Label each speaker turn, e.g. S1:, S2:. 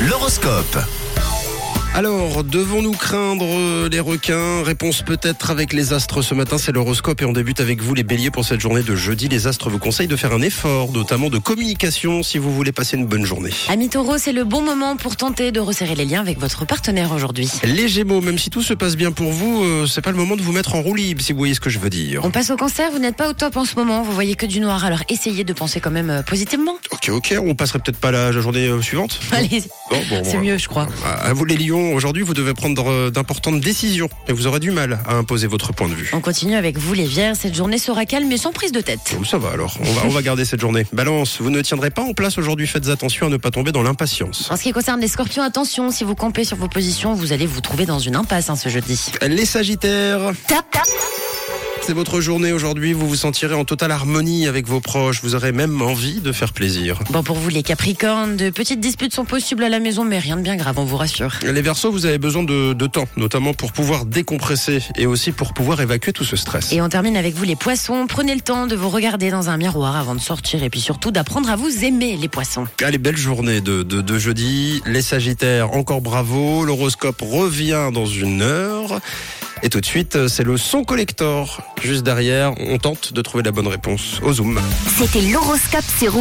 S1: l'horoscope.
S2: Alors, devons-nous craindre euh, les requins Réponse peut-être avec les astres ce matin, c'est l'horoscope et on débute avec vous les béliers pour cette journée de jeudi. Les astres vous conseillent de faire un effort, notamment de communication, si vous voulez passer une bonne journée.
S3: Ami Taureau, c'est le bon moment pour tenter de resserrer les liens avec votre partenaire aujourd'hui.
S2: Les gémeaux, même si tout se passe bien pour vous, euh, c'est pas le moment de vous mettre en roue libre, si vous voyez ce que je veux dire.
S3: On passe au cancer, vous n'êtes pas au top en ce moment, vous voyez que du noir, alors essayez de penser quand même euh, positivement.
S2: Ok, ok, on passerait peut-être pas la, la journée euh, suivante
S3: Allez,
S2: Bon, bon,
S3: c'est
S2: bon, Ah,
S3: mieux je crois.
S2: À à vous les lions, aujourd'hui vous devez prendre euh, d'importantes décisions et vous aurez du mal à imposer votre point de vue.
S3: On continue avec vous les vierges, cette journée sera calme et sans prise de tête.
S2: Oh, Ça va alors, on va, on va garder cette journée. Balance, vous ne tiendrez pas en place aujourd'hui, faites attention à ne pas tomber dans l'impatience.
S3: En ce qui concerne les scorpions, attention, si vous campez sur vos positions, vous allez vous trouver dans une impasse hein, ce jeudi.
S2: Les Sagittaires,
S3: Tap, tap.
S2: c'est votre journée aujourd'hui, vous vous sentirez en totale harmonie avec vos proches, vous aurez même envie de faire plaisir.
S3: Bon pour vous les capricornes, de petites disputes sont possibles à la maison mais rien de bien grave, on vous rassure.
S2: Les Verseaux, vous avez besoin de, de temps, notamment pour pouvoir décompresser et aussi pour pouvoir évacuer tout ce stress.
S3: Et on termine avec vous les poissons. Prenez le temps de vous regarder dans un miroir avant de sortir et puis surtout d'apprendre à vous aimer les poissons.
S2: Allez, belle journée de, de, de jeudi. Les Sagittaires, encore bravo. L'horoscope revient dans une heure. Et tout de suite, c'est le son collector. Juste derrière, on tente de trouver la bonne réponse au Zoom.
S4: C'était l'horoscope sur Rouge.